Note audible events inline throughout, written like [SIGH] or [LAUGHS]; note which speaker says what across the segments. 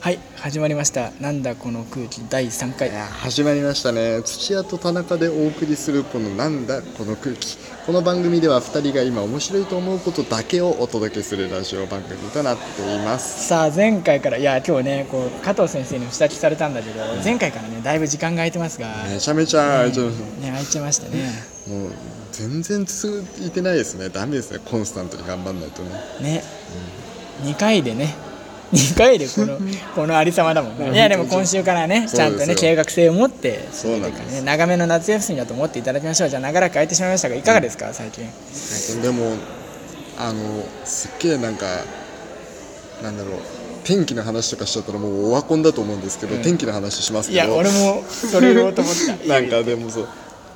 Speaker 1: はい始まりました「なんだこの空気」第3回
Speaker 2: いや始まりましたね土屋と田中でお送りするこの「なんだこの空気」この番組では2人が今面白いと思うことだけをお届けするラジオ番組となっています
Speaker 1: さあ前回からいや今日ねこう加藤先生にも指摘されたんだけど前回からねだいぶ時間が空いてますが、ね、
Speaker 2: めちゃめちゃ、ちょっ
Speaker 1: 空いちゃいましたね
Speaker 2: ともう全然続いてないですねダメですねコンスタントに頑張んないとね
Speaker 1: ね、2回でね2回で
Speaker 2: [LAUGHS]
Speaker 1: このこのありさまだもんねいやでも今週からね
Speaker 2: そうです
Speaker 1: ち
Speaker 2: よ
Speaker 1: ゃんとね計画性を持って
Speaker 2: そうなんです
Speaker 1: ね長めの夏休みだと思っていただきましょうじゃあ長らく空いてしまいましたがいかがですか最近
Speaker 2: でもあのすっげえなんかなんだろう天気の話とかしちゃったらもうオワコンだと思うんですけど、天気の話しますけ
Speaker 1: い
Speaker 2: ど
Speaker 1: や俺もそれ言おうと思った
Speaker 2: なんかでもそう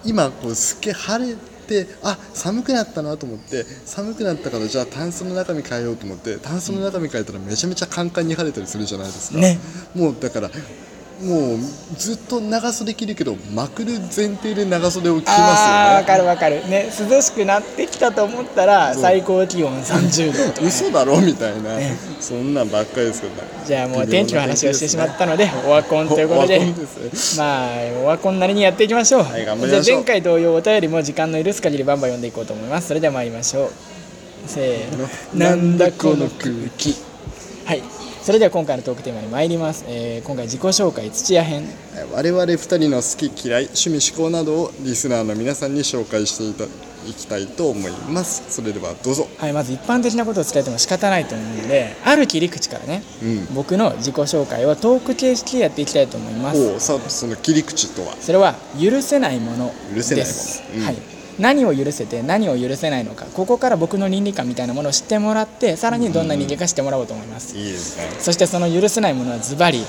Speaker 2: 今こうすっげえ晴れてあ寒くなったなと思って寒くなったからじゃあタンスの中身変えようと思ってタンスの中身変えたらめちゃめちゃカンカンに晴れたりするじゃないですか、
Speaker 1: ね
Speaker 2: もうだからもうずっと長袖着るけどまくる前提で長袖を着ますよね
Speaker 1: あーわかるわかるね涼しくなってきたと思ったら
Speaker 2: そう
Speaker 1: 最高気温30度
Speaker 2: [LAUGHS]
Speaker 1: とか
Speaker 2: 嘘だろみたいな、
Speaker 1: ね
Speaker 2: そんなんばっかりですけど
Speaker 1: じゃあもう天気の話をしてしまったのでオワコンということで
Speaker 2: オワコンです
Speaker 1: まあオワコンなりにやっていきましょう,、
Speaker 2: い頑張り
Speaker 1: じゃあ
Speaker 2: ましょう
Speaker 1: 前回同様お便りも時間の許す限りバンバン読んでいこうと思いますそれでは参りましょうせーの
Speaker 2: なんだこの空気
Speaker 1: はいそれでは今回のトークテーマに参ります、えー今回自己紹介土屋編
Speaker 2: 我々2人の好き嫌い趣味嗜好などをリスナーの皆さんに紹介していたいきたいと思いますそれではどうぞ
Speaker 1: はい、まず一般的なことを伝えても仕方ないと思うのである切り口からね、
Speaker 2: うん
Speaker 1: 僕の自己紹介をトーク形式でやっていきたいと思います
Speaker 2: おうさその切り口とは
Speaker 1: それは許せないもの
Speaker 2: 許せな
Speaker 1: で
Speaker 2: いもの
Speaker 1: す、
Speaker 2: うん
Speaker 1: はい、何を許せて何を許せないのかここから僕の倫理観みたいなものを知ってもらってさらにどんな人間か知ってもらおうと思います、
Speaker 2: いいですね
Speaker 1: そしてその許せないものはズバリ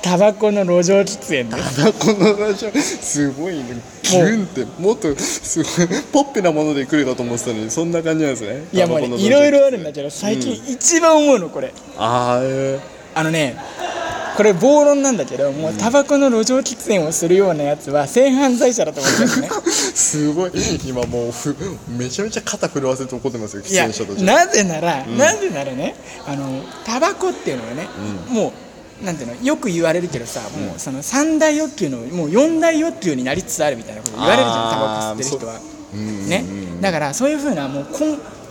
Speaker 1: タバコの路上喫煙です
Speaker 2: ただこのラジオすごいねギュンってもっとすごいポップなもので来るかと思ってたのにそんな感じなんですね
Speaker 1: いやもう
Speaker 2: タ
Speaker 1: ね
Speaker 2: バコの
Speaker 1: い
Speaker 2: ラジオ
Speaker 1: ろいろあるんだけど最近一番思うのこれ、
Speaker 2: ああえ
Speaker 1: あのねこれ暴論なんだけどもうタバコの路上喫煙をするようなやつは性犯罪者だと思ってるね
Speaker 2: ー、すごい今もうふめちゃめちゃ肩震わせて怒ってますよ
Speaker 1: い
Speaker 2: 喫
Speaker 1: や
Speaker 2: 煙者たち
Speaker 1: なぜなら、なぜならねあのタバコっていうのはね、もうなんていうのよく言われるけどさ、もうその三大欲求のもう四大欲求になりつつあるみたいなこと言われるじゃんタバ
Speaker 2: あー
Speaker 1: コ吸ってる人は
Speaker 2: うん
Speaker 1: ねだからそういうふうなもう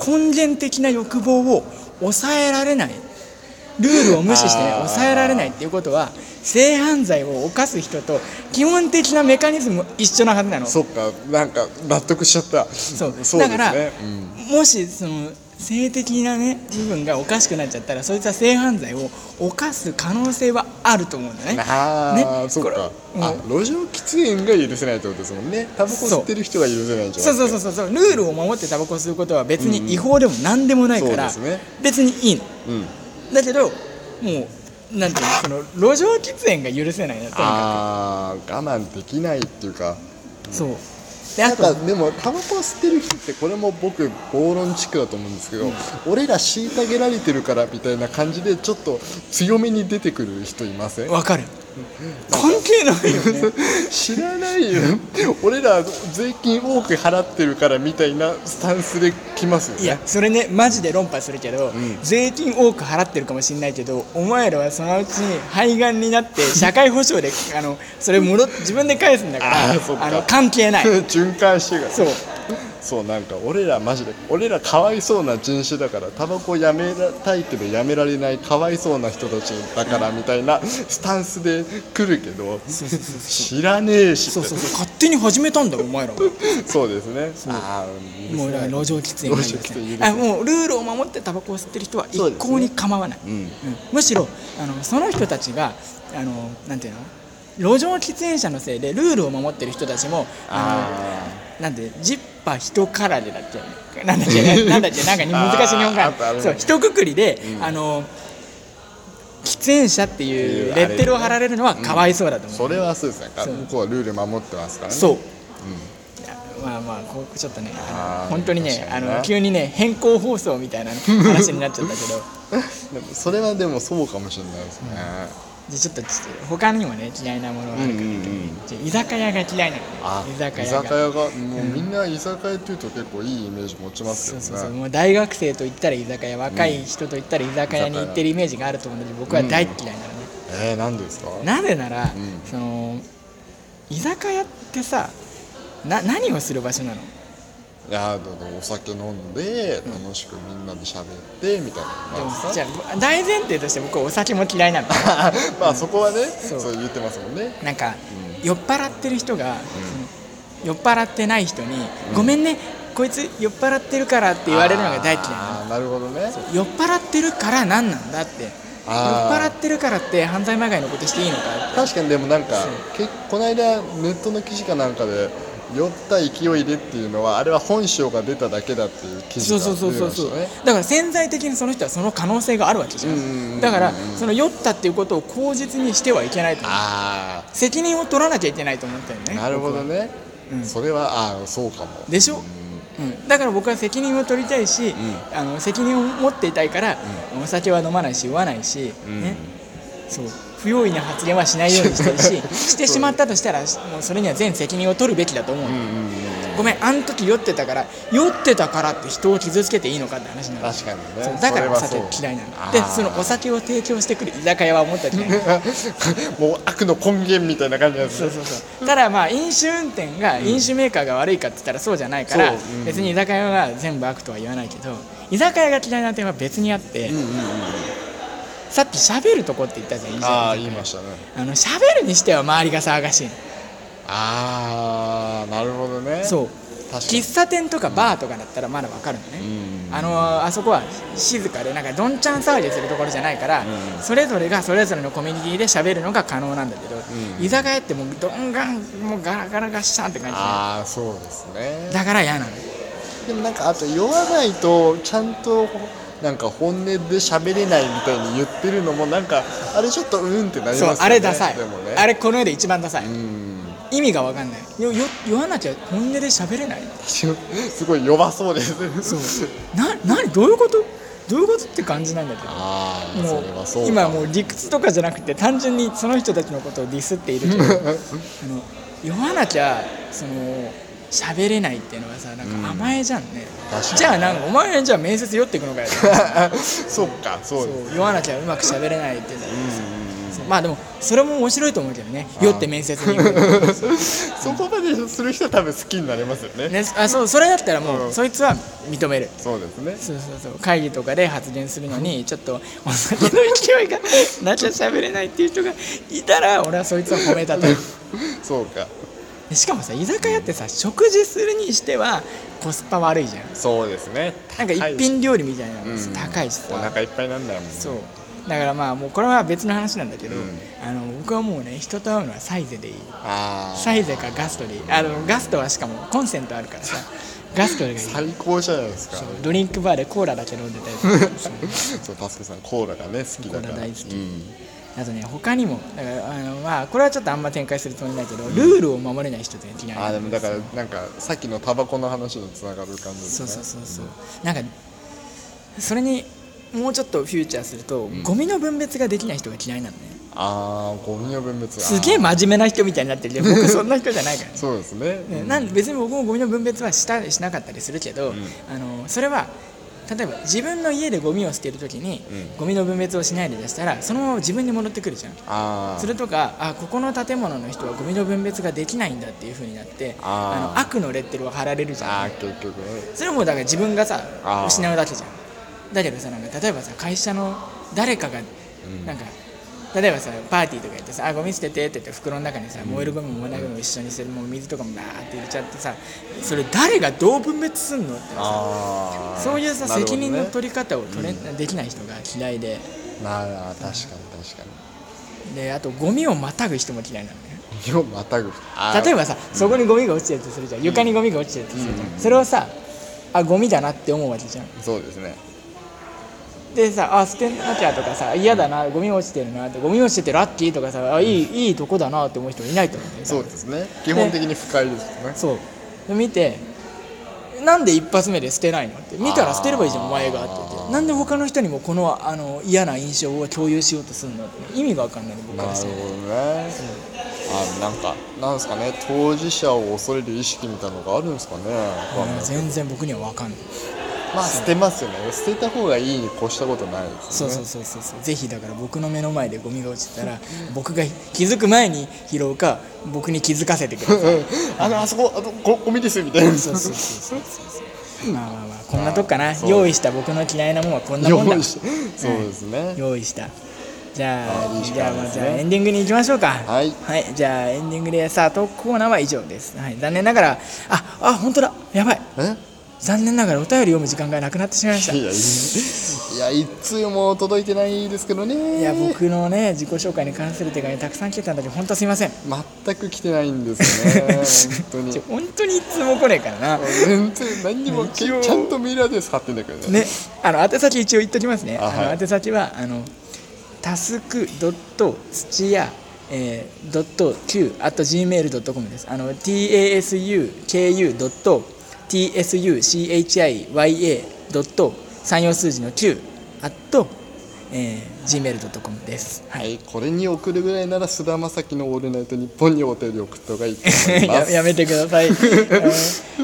Speaker 1: 根根源的な欲望を抑えられないルールを無視してね
Speaker 2: あー
Speaker 1: 抑えられないっていうことは性犯罪を犯す人と基本的なメカニズム一緒なはずなの
Speaker 2: そっかなんか納得しちゃった
Speaker 1: そう
Speaker 2: そう
Speaker 1: だ
Speaker 2: で
Speaker 1: か
Speaker 2: す
Speaker 1: ら、
Speaker 2: ねうん
Speaker 1: もしその性的なね部分がおかしくなっちゃったらそいつは性犯罪を犯す可能性はあると思うんだね
Speaker 2: ああ、
Speaker 1: ね
Speaker 2: そっか
Speaker 1: こ。れ
Speaker 2: あ、路上喫煙が許せないってことですもんね。タバコ吸ってる人が許せないんじゃ
Speaker 1: そう
Speaker 2: な
Speaker 1: そう
Speaker 2: い
Speaker 1: そうそうそうルールを守ってタバコを吸うことは別に違法でも何でもないから、
Speaker 2: そうですね
Speaker 1: 別にいいの
Speaker 2: うん。
Speaker 1: だけどもうなんていうのその路上喫煙が許せないなとにか
Speaker 2: ああ、我慢できないっていうか。
Speaker 1: くそうで
Speaker 2: な
Speaker 1: あ
Speaker 2: んか
Speaker 1: と
Speaker 2: でもタバコ吸ってる人ってこれも僕暴論地区だと思うんですけど、俺ら虐げられてるからみたいな感じでちょっと強めに出てくる人いません
Speaker 1: わかる関係ないよね
Speaker 2: [LAUGHS] 知らないよ
Speaker 1: [LAUGHS]
Speaker 2: 俺ら税金多く払ってるからみたいなスタンスで来ますよね
Speaker 1: いやそれねマジで論破するけど、税金多く払ってるかもしれないけどお前らはそのうちに肺がんになって社会保障であのそれ戻っ自分で返すんだから
Speaker 2: あーそっか
Speaker 1: の関係ない
Speaker 2: [LAUGHS] 循環してから
Speaker 1: そう
Speaker 2: そうなんか俺らマジで俺らかわいそうな人種だからタバコやめらたいけどやめられないかわいそうな人たちだからみたいなスタンスで来るけど知らねえし
Speaker 1: そうそうそう勝手に始めたんだよお前らは
Speaker 2: そうですねああ
Speaker 1: もうだから路上喫煙が
Speaker 2: 路上喫煙
Speaker 1: 許せないあもうルールを守ってタバコを吸ってる人は
Speaker 2: そう
Speaker 1: 一
Speaker 2: ですね
Speaker 1: 向に構わない、
Speaker 2: ん
Speaker 1: うんむしろあのその人たちがあのなんていうの路上喫煙者のせいでルールを守ってる人たちもあのなんでジッパ人からでだっけ [LAUGHS] なんだっけ
Speaker 2: [LAUGHS]
Speaker 1: ねなんだっけなんかに難しい日本語が
Speaker 2: あーあったあるね
Speaker 1: そう一括りで、あの喫煙者っていうレッテルを貼られるのはかわいそうだと思う、
Speaker 2: それはそうですね
Speaker 1: う
Speaker 2: 向こうはルール守ってますからね
Speaker 1: そう、いやまあまあこうちょっとねあの
Speaker 2: あー
Speaker 1: 本当にね
Speaker 2: 確か
Speaker 1: あ
Speaker 2: にね
Speaker 1: の急にね変更放
Speaker 2: [LAUGHS]
Speaker 1: 送みたいな話になっちゃったけど
Speaker 2: でもそれはでもそうかもしれないですね
Speaker 1: でちょっとつ他にもね嫌いなものがあるから、
Speaker 2: うんうんうん
Speaker 1: じゃあ居酒屋が嫌いなの
Speaker 2: あ
Speaker 1: ね居酒屋が
Speaker 2: がもうみんな居酒屋っていうと結構いいイメージ持ちます
Speaker 1: そ
Speaker 2: よ
Speaker 1: う
Speaker 2: ね
Speaker 1: そうそうもう大学生と言ったら居酒屋若い人と言ったら居酒屋に行ってるイメージがあると思うんだけど僕は大っ嫌いなのね、
Speaker 2: えー、なんでですか
Speaker 1: なぜなら、
Speaker 2: ん
Speaker 1: その居酒屋ってさな何をする場所なの
Speaker 2: いやーだからお酒飲んで楽しくみんなで喋ってみたいなの
Speaker 1: でも
Speaker 2: がさ
Speaker 1: じゃあ大前提として僕はお酒も嫌いなの
Speaker 2: [LAUGHS] まあそこはね、
Speaker 1: そう
Speaker 2: そう言ってますもんね
Speaker 1: なんか、酔っ払ってる人が、その酔っ払ってない人に、ごめんねこいつ酔っ払ってるから」って言われるのが大嫌いなの
Speaker 2: あーなるほどね
Speaker 1: 酔っ払ってるから何なんだって酔っ
Speaker 2: あー
Speaker 1: 払ってるからって犯罪まがいのことしていいのか
Speaker 2: 確かにでもなんか
Speaker 1: そう
Speaker 2: けこの間ネットの記事かなんかで酔った勢いでっていうのはあれは本性が出ただけだっていう記事
Speaker 1: そう
Speaker 2: が
Speaker 1: そうそう
Speaker 2: 出て
Speaker 1: そ
Speaker 2: ま
Speaker 1: うそ
Speaker 2: し
Speaker 1: う
Speaker 2: たね
Speaker 1: だから潜在的にその人はその可能性があるわけじゃ
Speaker 2: うんうんうんうん
Speaker 1: んだからその酔ったっていうことを口実にしてはいけないと思う
Speaker 2: あ
Speaker 1: 責任を取らなきゃいけないと思ったよ
Speaker 2: あ
Speaker 1: ね
Speaker 2: なるほどね、
Speaker 1: うん
Speaker 2: それはああそうかも
Speaker 1: でしょ
Speaker 2: うん
Speaker 1: うん、だから僕は責任を取りたいし、
Speaker 2: ん
Speaker 1: あの責任を持っていたいから、お酒は飲まないし酔わないし、
Speaker 2: うん
Speaker 1: ね、そう不用意な発言はしないようにしてる
Speaker 2: [LAUGHS]
Speaker 1: ししてしまったとしたらもうそれには全責任を取るべきだと思う、
Speaker 2: うんうんうん
Speaker 1: ごめんあの時酔ってたから酔ってたからって人を傷つけていいのかって話になる
Speaker 2: 確かにね
Speaker 1: そうだからお酒
Speaker 2: それ
Speaker 1: 嫌い
Speaker 2: は
Speaker 1: な
Speaker 2: あ
Speaker 1: の
Speaker 2: ー
Speaker 1: でそのお酒を提供してくる居酒屋は思ったけど
Speaker 2: [LAUGHS] もう悪の根源みたいな感じなんです
Speaker 1: そう
Speaker 2: ね
Speaker 1: そうそうただまあ飲酒運転が飲酒メーカーが悪いかって言ったらそうじゃないから、
Speaker 2: そううん
Speaker 1: 別に居酒屋は全部悪とは言わないけど居酒屋が嫌いな点は別にあって、
Speaker 2: うんうんうん
Speaker 1: さっき喋るとこって言ったじゃん居酒
Speaker 2: あ
Speaker 1: 屋
Speaker 2: あ言いましたね
Speaker 1: あの喋るにしては周りが騒がしい
Speaker 2: ああなるほどね
Speaker 1: そう
Speaker 2: 確かに
Speaker 1: 喫茶店とかバーとかだったらまだわかるのね、
Speaker 2: うん
Speaker 1: あのあそこは静かでなんかどんちゃん騒ぎするところじゃないから、
Speaker 2: うん
Speaker 1: それぞれがそれぞれのコミュニティで喋るのが可能なんだけど、
Speaker 2: うん
Speaker 1: 居酒屋ってもうどんがんもうガラガラガッシャンって感じ
Speaker 2: ああそうですね
Speaker 1: だから嫌なの
Speaker 2: でもなんかあと酔わないとちゃんとなんか本音で喋れないみたいに言ってるのもなんかあれちょっとうんってなります
Speaker 1: そ
Speaker 2: よ
Speaker 1: う、
Speaker 2: ね
Speaker 1: あれダサい、
Speaker 2: でもね
Speaker 1: あれこの世で一番ダサい、
Speaker 2: うん
Speaker 1: 意味が分かんないよよ言わなきゃ本音で喋れない
Speaker 2: 私もすごい弱 [LAUGHS] そうです
Speaker 1: そうな何どういうことどういうことって感じなんだけど
Speaker 2: ああ
Speaker 1: も
Speaker 2: そうれはそうか
Speaker 1: 今もう理屈とかじゃなくて単純にその人たちのことをディスっているけどあの酔わなきゃその喋れないっていうのはさなん
Speaker 2: うん
Speaker 1: か甘えじゃんね、
Speaker 2: 確かに
Speaker 1: じゃあなんかお前じゃあ面接酔っていくのかよ
Speaker 2: [LAUGHS] そっかそ
Speaker 1: そ
Speaker 2: う
Speaker 1: う
Speaker 2: です
Speaker 1: 酔わなきゃうまく喋れないって言ったら
Speaker 2: うんうん
Speaker 1: そうまあでもそれも面白いと思うけどね酔って面接に行く
Speaker 2: うんそこまでする人は多分好きになれますよね
Speaker 1: ね、あそうそれだったらもう、
Speaker 2: うん
Speaker 1: そいつは認める
Speaker 2: そうですね
Speaker 1: そうそうそう会議とかで発言するのにちょっとお酒の勢いがなちゃ喋れないっていう人がいたら俺はそいつを褒めたと
Speaker 2: そうか
Speaker 1: しかもさ居酒屋ってさ食事するにしてはコスパ悪いじゃん
Speaker 2: そうですね
Speaker 1: なんか一品料理みたいなのがさ
Speaker 2: うん
Speaker 1: 高いしさ、
Speaker 2: お腹いっぱいなんだもんね
Speaker 1: そうだからまあもうこれは別の話なんだけど、
Speaker 2: うん
Speaker 1: あの僕はもうね人と会うのはサイゼでいい
Speaker 2: ああ
Speaker 1: サイゼかガストでいいあのガストはしかもコンセントあるからさガストがいい
Speaker 2: 最高じゃないですか
Speaker 1: そうドリンクバーでコーラだけ飲んでたりとかそう
Speaker 2: そう、タスケさんコーラがね好きだから。
Speaker 1: コーラ大好き
Speaker 2: うん
Speaker 1: あとね他にもだからあのまあこれはちょっとあんま展開するつもりないけど、ルールを守れない人って嫌いな
Speaker 2: あーでもだから
Speaker 1: そう
Speaker 2: なんかさっきのタバコの話につながる感じです
Speaker 1: そう
Speaker 2: ね。
Speaker 1: そうそうそうなんかそれにもうちょっとフューチャーすると、ゴミの分別ができない人が嫌いなのね
Speaker 2: ああゴミの分別。
Speaker 1: すげえ
Speaker 2: ま。
Speaker 1: 真面目な人みたいになってるけど僕そんな人じゃないからね
Speaker 2: そうですね。
Speaker 1: ね
Speaker 2: [LAUGHS] うん
Speaker 1: なん別に僕もゴミの分別はしたしなかったりするけど、
Speaker 2: ん
Speaker 1: あのそれは例えば自分の家でゴミを捨てるときに、
Speaker 2: うん
Speaker 1: ゴミの分別をしないで出したらそのまま自分に戻ってくるじゃん
Speaker 2: ああ。
Speaker 1: それとかあここの建物の人はゴミの分別ができないんだっていう風になって
Speaker 2: あー
Speaker 1: の悪のレッテルを貼られるじゃ
Speaker 2: ああ
Speaker 1: ん
Speaker 2: 結局ね。
Speaker 1: それもだから自分がさ
Speaker 2: あー
Speaker 1: 失うだけじゃんだけどさなんか例えばさ会社の誰かが、
Speaker 2: ん
Speaker 1: なんか例えばさパーティーとかやってさあゴミ捨ててって言って袋の中にさ燃えるゴミも燃えないゴミも一緒に捨てるもう水とかもバーって入れちゃってさそれ誰がどう分別すんのってさ
Speaker 2: ああ。
Speaker 1: そういうさ、
Speaker 2: なるほ
Speaker 1: 責
Speaker 2: どね
Speaker 1: 任の取り方を取れ、できない人が嫌いで
Speaker 2: なあ確かに確か
Speaker 1: であとゴミをまたぐ人も嫌いなのね
Speaker 2: に。よまたぐ。
Speaker 1: 例え
Speaker 2: ば。
Speaker 1: ばさそこにゴミが落ちてるとするじゃん床にゴミが落ちてるとするじゃん、
Speaker 2: うん
Speaker 1: それをさあゴミだなって思うわけじゃん
Speaker 2: そうですね。
Speaker 1: でさあ捨てなきゃとかさ嫌だなゴミ落ちてるなってゴミ落ちててラッキーとかさあいい,、いいとこだなって思う人いないと思うんだよね
Speaker 2: そうですね。基本的に不快ですね。
Speaker 1: そうで見てなんで一発目で捨てないのって見たら捨てればいいじゃんお前がって言
Speaker 2: あ
Speaker 1: っ
Speaker 2: ー
Speaker 1: てなんで他の人にもこのあの嫌な印象を共有しようとするのって意味が分かんない僕か
Speaker 2: な
Speaker 1: ら
Speaker 2: る
Speaker 1: し
Speaker 2: ほ
Speaker 1: て
Speaker 2: ど
Speaker 1: も
Speaker 2: ねあなんかなんですかね当事者を恐れる意識みたいなのがあるんですかねわかんない
Speaker 1: うん全然僕には分かんない
Speaker 2: まあ捨てますよね捨てた方がいいに越したことないです
Speaker 1: そう
Speaker 2: ね
Speaker 1: そうそうそうそうぜひだから僕の目の前でゴミが落ちてたら [LAUGHS] 僕が気づく前に拾うか僕に気づかせてください
Speaker 2: [LAUGHS] あのあそこあのゴゴミですみたいな
Speaker 1: そうそうそうそうそうまあまあまあこんなとこかな
Speaker 2: そう
Speaker 1: 用意した僕の嫌いなもんはこんなもんだ
Speaker 2: 用意して [LAUGHS] そうですね、
Speaker 1: 用意したじゃ
Speaker 2: あい
Speaker 1: あ
Speaker 2: い時
Speaker 1: じゃあ
Speaker 2: 間
Speaker 1: ま
Speaker 2: で
Speaker 1: あじ
Speaker 2: すね
Speaker 1: ゃあエンディングに行きましょうか
Speaker 2: はい
Speaker 1: じゃあエンディングでさあトークコーナーは以上です、はい、残念ながらああ本当だやばい
Speaker 2: え
Speaker 1: 残念ながらお便り読む時間がなくなってしまいました
Speaker 2: いやいいいや一通も届いてないですけどね
Speaker 1: いや僕のね自己紹介に関する手紙たくさん来てたんだけど本当すいません
Speaker 2: 全く来てないんですよね本当 [LAUGHS] に
Speaker 1: ちょ本当にいつも来ねえからな
Speaker 2: 全然何にもち
Speaker 1: 一応
Speaker 2: ゃんとミラーです貼ってんだけどね
Speaker 1: ねあの宛先一応言っときますね
Speaker 2: あ
Speaker 1: あ、
Speaker 2: はい
Speaker 1: の宛先はあのタスクドット土屋えー、ドット Q あと gmail.com ですあの TASUKU ドット TSUCHIYA ドット三四数字の Q あと、えー、gmail.com ですは
Speaker 2: はいい、これに送るぐらいなら菅田将暉の「オールナイトニッポン」にお便り送った方がいいと思いま
Speaker 1: [LAUGHS] や
Speaker 2: す
Speaker 1: やめてくださいあの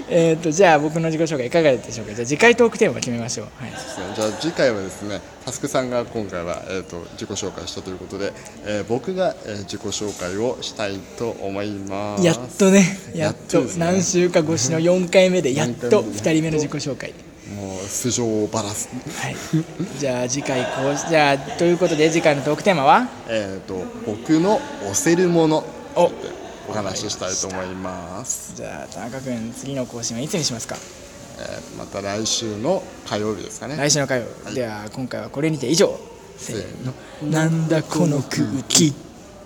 Speaker 1: えっとじゃあ僕の自己紹介いかがでしょうかじゃあ次回トークテーマ決めましょうはい
Speaker 2: そうですねじゃあ次回はですねタスクさんが今回は、えー、と自己紹介したということで、えー僕が、えー自己紹介をしたいと思います
Speaker 1: やっとね
Speaker 2: や
Speaker 1: や
Speaker 2: っ
Speaker 1: っ
Speaker 2: と
Speaker 1: と
Speaker 2: ですね
Speaker 1: 何週か越しの4回目でやっと
Speaker 2: 四
Speaker 1: 2
Speaker 2: 回目で
Speaker 1: 人目の自己紹介
Speaker 2: もう素性をばらす [LAUGHS]
Speaker 1: はいじゃあ次回こうじゃあということで次回のトークテーマは
Speaker 2: えっ、と僕の押せるもの
Speaker 1: お
Speaker 2: お話ししたいと思います、
Speaker 1: じゃあ田中君次の更新はいつにしますか
Speaker 2: えーまた来週の火曜日ですかね
Speaker 1: 来週の回を、では今回はこれにて以上せーのなんだこの空気